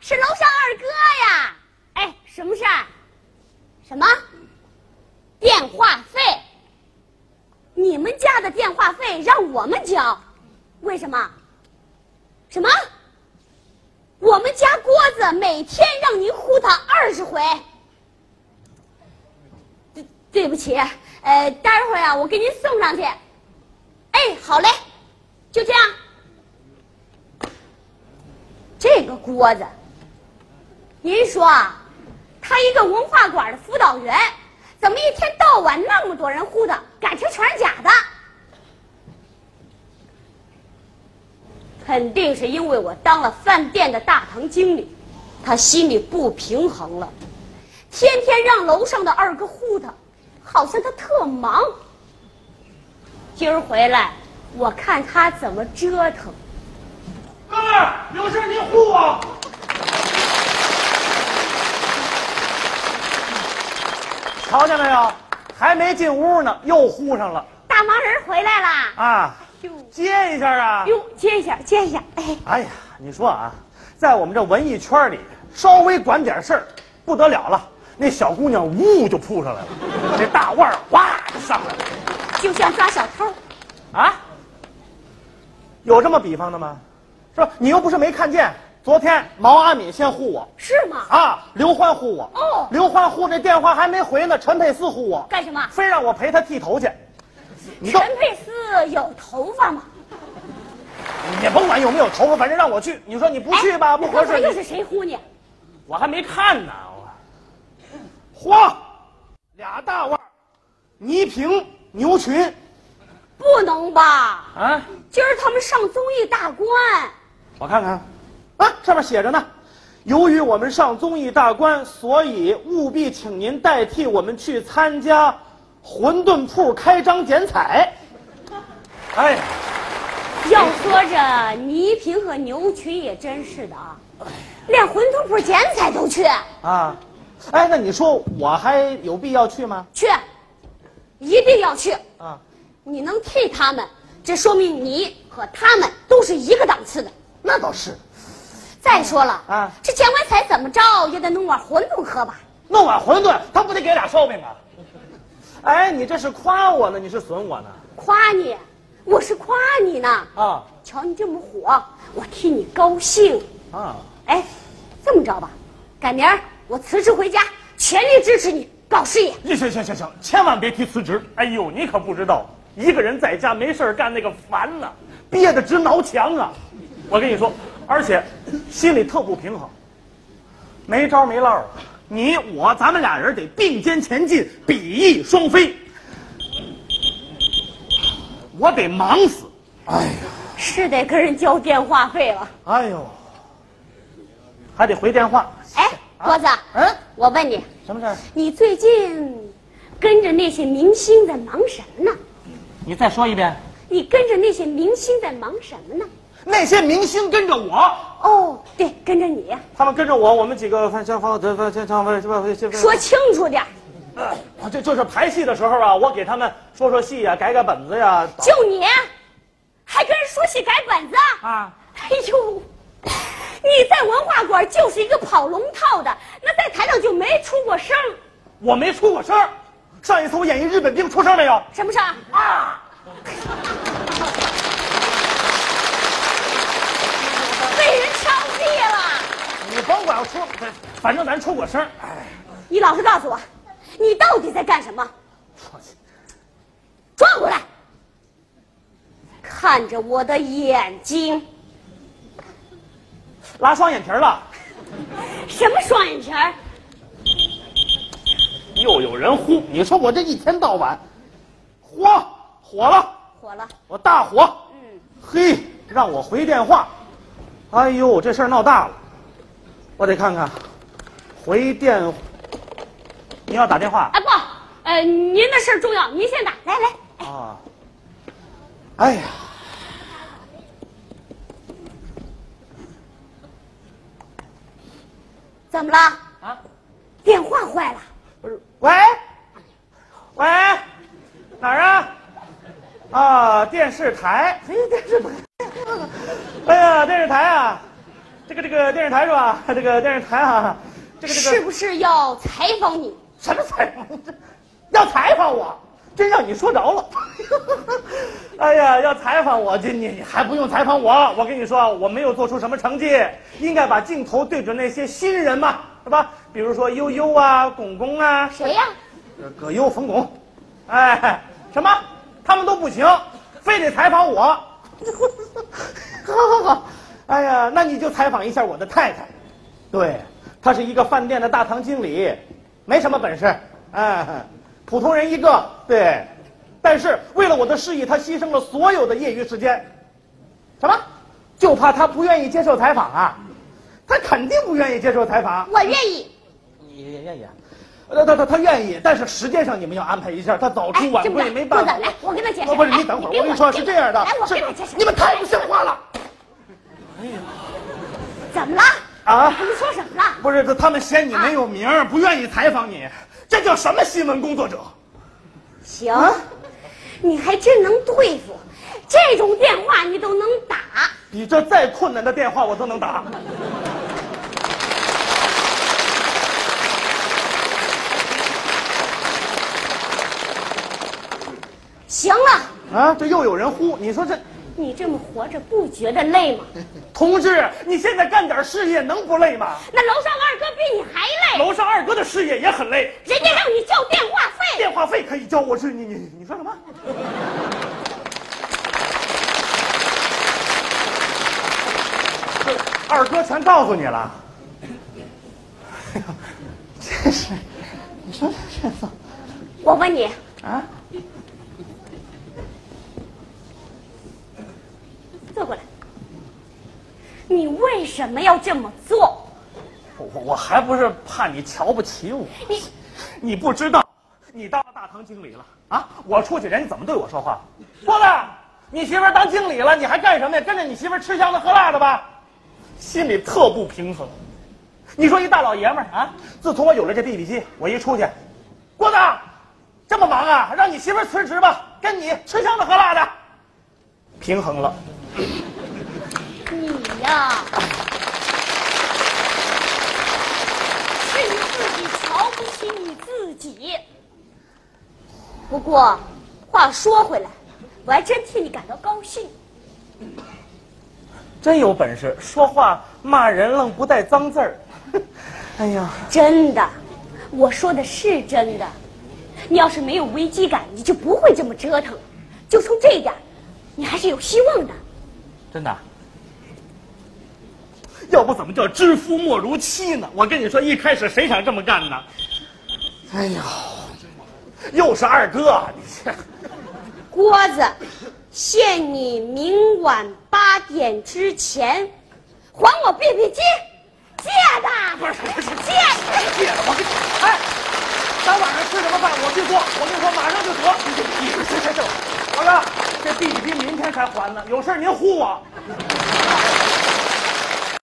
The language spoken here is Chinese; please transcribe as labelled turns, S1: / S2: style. S1: 是楼上二哥呀！哎，什么事儿？什么？电话费？你们家的电话费让我们交，为什么？什么？我们家锅子每天让您呼他二十回。对对不起，呃，待会儿啊，我给您送上去。哎，好嘞，就这样。这个锅子，您说，啊，他一个文化馆的辅导员，怎么一天到晚那么多人呼他，感情全是假的？肯定是因为我当了饭店的大堂经理，他心里不平衡了，天天让楼上的二哥呼他，好像他特忙。今儿回来，我看他怎么折腾。
S2: 哥们儿，有事您呼我。瞧见没有？还没进屋呢，又呼上了
S1: 大忙人回来啦！
S2: 啊！
S1: 哟
S2: 接一下啊！
S1: 哟，接一下，接一下，哎，
S2: 哎呀，你说啊，在我们这文艺圈里，稍微管点事儿，不得了了。那小姑娘呜就扑上来了，那大腕儿哗就上来了
S1: 就像抓小偷。
S2: 啊！有这么比方的吗？说你又不是没看见，昨天毛阿敏先呼我，
S1: 是吗？
S2: 啊，刘欢呼我。
S1: 哦
S2: 刘欢呼这电话还没回呢，陈佩斯呼我，
S1: 干什么？
S2: 非让我陪他剃头去。你都
S1: 陈佩斯有头发吗？
S2: 也甭管有没有头发，反正让我去。你说你不去吧，
S1: 哎
S2: 不合
S1: 刚才
S2: 适。
S1: 又是谁呼你？
S2: 我还没看呢，我。嚯，俩大腕儿，倪萍、牛群
S1: 不能吧？
S2: 啊，
S1: 今儿他们上综艺大观，
S2: 我看看，啊，上面写着呢。由于我们上综艺大观，所以务必请您代替我们去参加馄饨铺开张剪彩。哎呀。
S1: 要说这倪萍和牛群也真是的啊，
S2: 哎
S1: 连馄饨铺剪彩都去
S2: 啊，哎，那你说我还有必要去吗？
S1: 去，一定要去。
S2: 啊，
S1: 你能替他们，这说明你和他们都是一个档次的。
S2: 那倒是，
S1: 再说了，
S2: 啊
S1: 这剪完彩怎么着也得弄碗馄饨喝吧？
S2: 弄碗馄饨，他不得给俩烧饼啊？哎，你这是夸我呢，你是损我呢？
S1: 夸你，我是夸你呢。
S2: 啊
S1: 瞧你这么火，我替你高兴。
S2: 啊，
S1: 哎，这么着吧，赶明儿我辞职回家，全力支持你搞事业。
S2: 行行行行，千万别提辞职。哎呦，你可不知道，一个人在家没事儿干那个烦呐、憋得直挠墙啊！我跟你说，而且心里特不平衡，没招没落啊。你我咱们俩人得并肩前进，比翼双飞。我得忙死。
S1: 是得跟人交电话费了。
S2: 哎呦，还得回电话。
S1: 哎，国子，
S2: 嗯，
S1: 我问你，
S2: 什么事儿？
S1: 你最近跟着那些明星在忙什么呢？
S2: 你再说一遍。
S1: 你跟着那些明星在忙什么呢？
S2: 那些明星跟着我，
S1: 哦，对，跟着你，
S2: 他们跟着我，我们几个翻相方得翻相方翻翻
S1: 说清楚点儿，
S2: 这就是排戏的时候啊，我给他们说说戏呀、改改本子呀、
S1: 就你，啊还跟人说戏改本子？
S2: 啊。
S1: 哎呦，你在文化馆就是一个跑龙套的，那在台上就没出过声。
S2: 我没出过声儿，上一次我演一日本兵出声没有？
S1: 什么事儿？
S2: 啊，
S1: 被人枪毙了！
S2: 你甭管我出，反正咱出过声儿。哎，
S1: 你老实告诉我，你到底在干什么？转过来，看着我的眼睛。
S2: 拉双眼皮儿了，
S1: 什么双眼皮儿？
S2: 又有人呼。你说我这一天到晚，火火了，
S1: 火了。
S2: 我大火。
S1: 嗯，
S2: 嘿，让我回电话。哎呦，这事儿闹大了，我得看看。回电，你要打电话
S1: 啊不，呃，您的事儿重要，您先打。来来，
S2: 啊？哎呀，
S1: 怎么了？
S2: 啊，
S1: 电话坏了。
S2: 不是，喂，喂，哪儿啊？哎啊，电视台。嘿，电视台。哎呀，电视台啊！这个这个电视台是吧？这个电视台啊，这个这
S1: 是
S2: 个
S1: 不是要采访你？
S2: 什么采访？这要采访我，真让你说着了。 哎呀，要采访我，这你你还不用采访我。我跟你说啊，我没有做出什么成绩，应该把镜头对准那些新人嘛，是吧？比如说悠悠啊、巩巩啊、
S1: 谁呀、
S2: 葛优、冯巩，哎，什么？他们都不行，非得采访我。 好好好，哎呀，那你就采访一下我的太太，对，她是一个饭店的大堂经理，没什么本事，哎，普通人一个，对，但是为了我的事业，她牺牲了所有的业余时间。什么？就怕她不愿意接受采访啊？她肯定不愿意接受采访。
S1: 我愿意。
S2: 你愿意啊？他他他他愿意，但是时间上你们要安排一下，他早
S1: 哎
S2: 出，晚
S1: 这么
S2: 归
S1: 着，
S2: 没办法呃哦
S1: 不。来，我跟他解释。
S2: 不是
S1: 哎
S2: 你等会儿，
S1: 给
S2: 我跟你说是这样的
S1: 来，哎我
S2: 是
S1: 跟他解释。
S2: 你们太不像话了
S1: 怎么了？
S2: 啊！
S1: 你们说什么了？
S2: 不是，他他们嫌你没有名儿，不愿意采访你，这叫什么新闻工作者？
S1: 行，
S2: 啊
S1: 你还真能对付，这种电话你都能打。
S2: 比这再困难的电话我都能打。
S1: 行了，
S2: 啊，这又有人呼，你说这，
S1: 你这么活着不觉得累吗？
S2: 同志，你现在干点事业能不累吗？
S1: 那楼上二哥比你还累，
S2: 楼上二哥的事业也很累，
S1: 人家让你交电话费。
S2: 电话费可以交，我是你你你说什么？二哥全告诉你了，真是，你说这这
S1: 我问你，
S2: 啊？
S1: 坐过来，你为什么要这么做？
S2: 我我我还不是怕你瞧不起我，
S1: 你
S2: 你不知道，你当了大堂经理了啊！我出去人家怎么对我说话？说了，你媳妇儿当经理了，你还干什么呀？跟着你媳妇儿吃香的喝辣的吧，心里特不平衡。你说一大老爷们儿啊，自从我有了这 BB 机，我一出去，郭子，这么忙啊，让你媳妇儿辞职吧，跟你吃香的喝辣的，平衡了。
S1: 你呀、是你自己瞧不起你自己。不过，话说回来，我还真替你感到高兴。
S2: 真有本事，说话骂人愣不带脏字儿。 哎呀。
S1: 真的，我说的是真的。你要是没有危机感，你就不会这么折腾。就冲这一点，你还是有希望的。
S2: 真的啊？要不怎么叫知夫莫如妻呢？我跟你说，一开始谁想这么干呢？哎呦，又是二哥，你这
S1: 郭子，限你明晚八点之前还我 BB 机，借的
S2: 不是不是
S1: 借
S2: 哎呀姐，我跟你哎，咱晚上吃什么饭？我别说，我跟你说，马上就得。你这你这这这，二哥，这 B B 机明天才还呢，有事儿您呼我。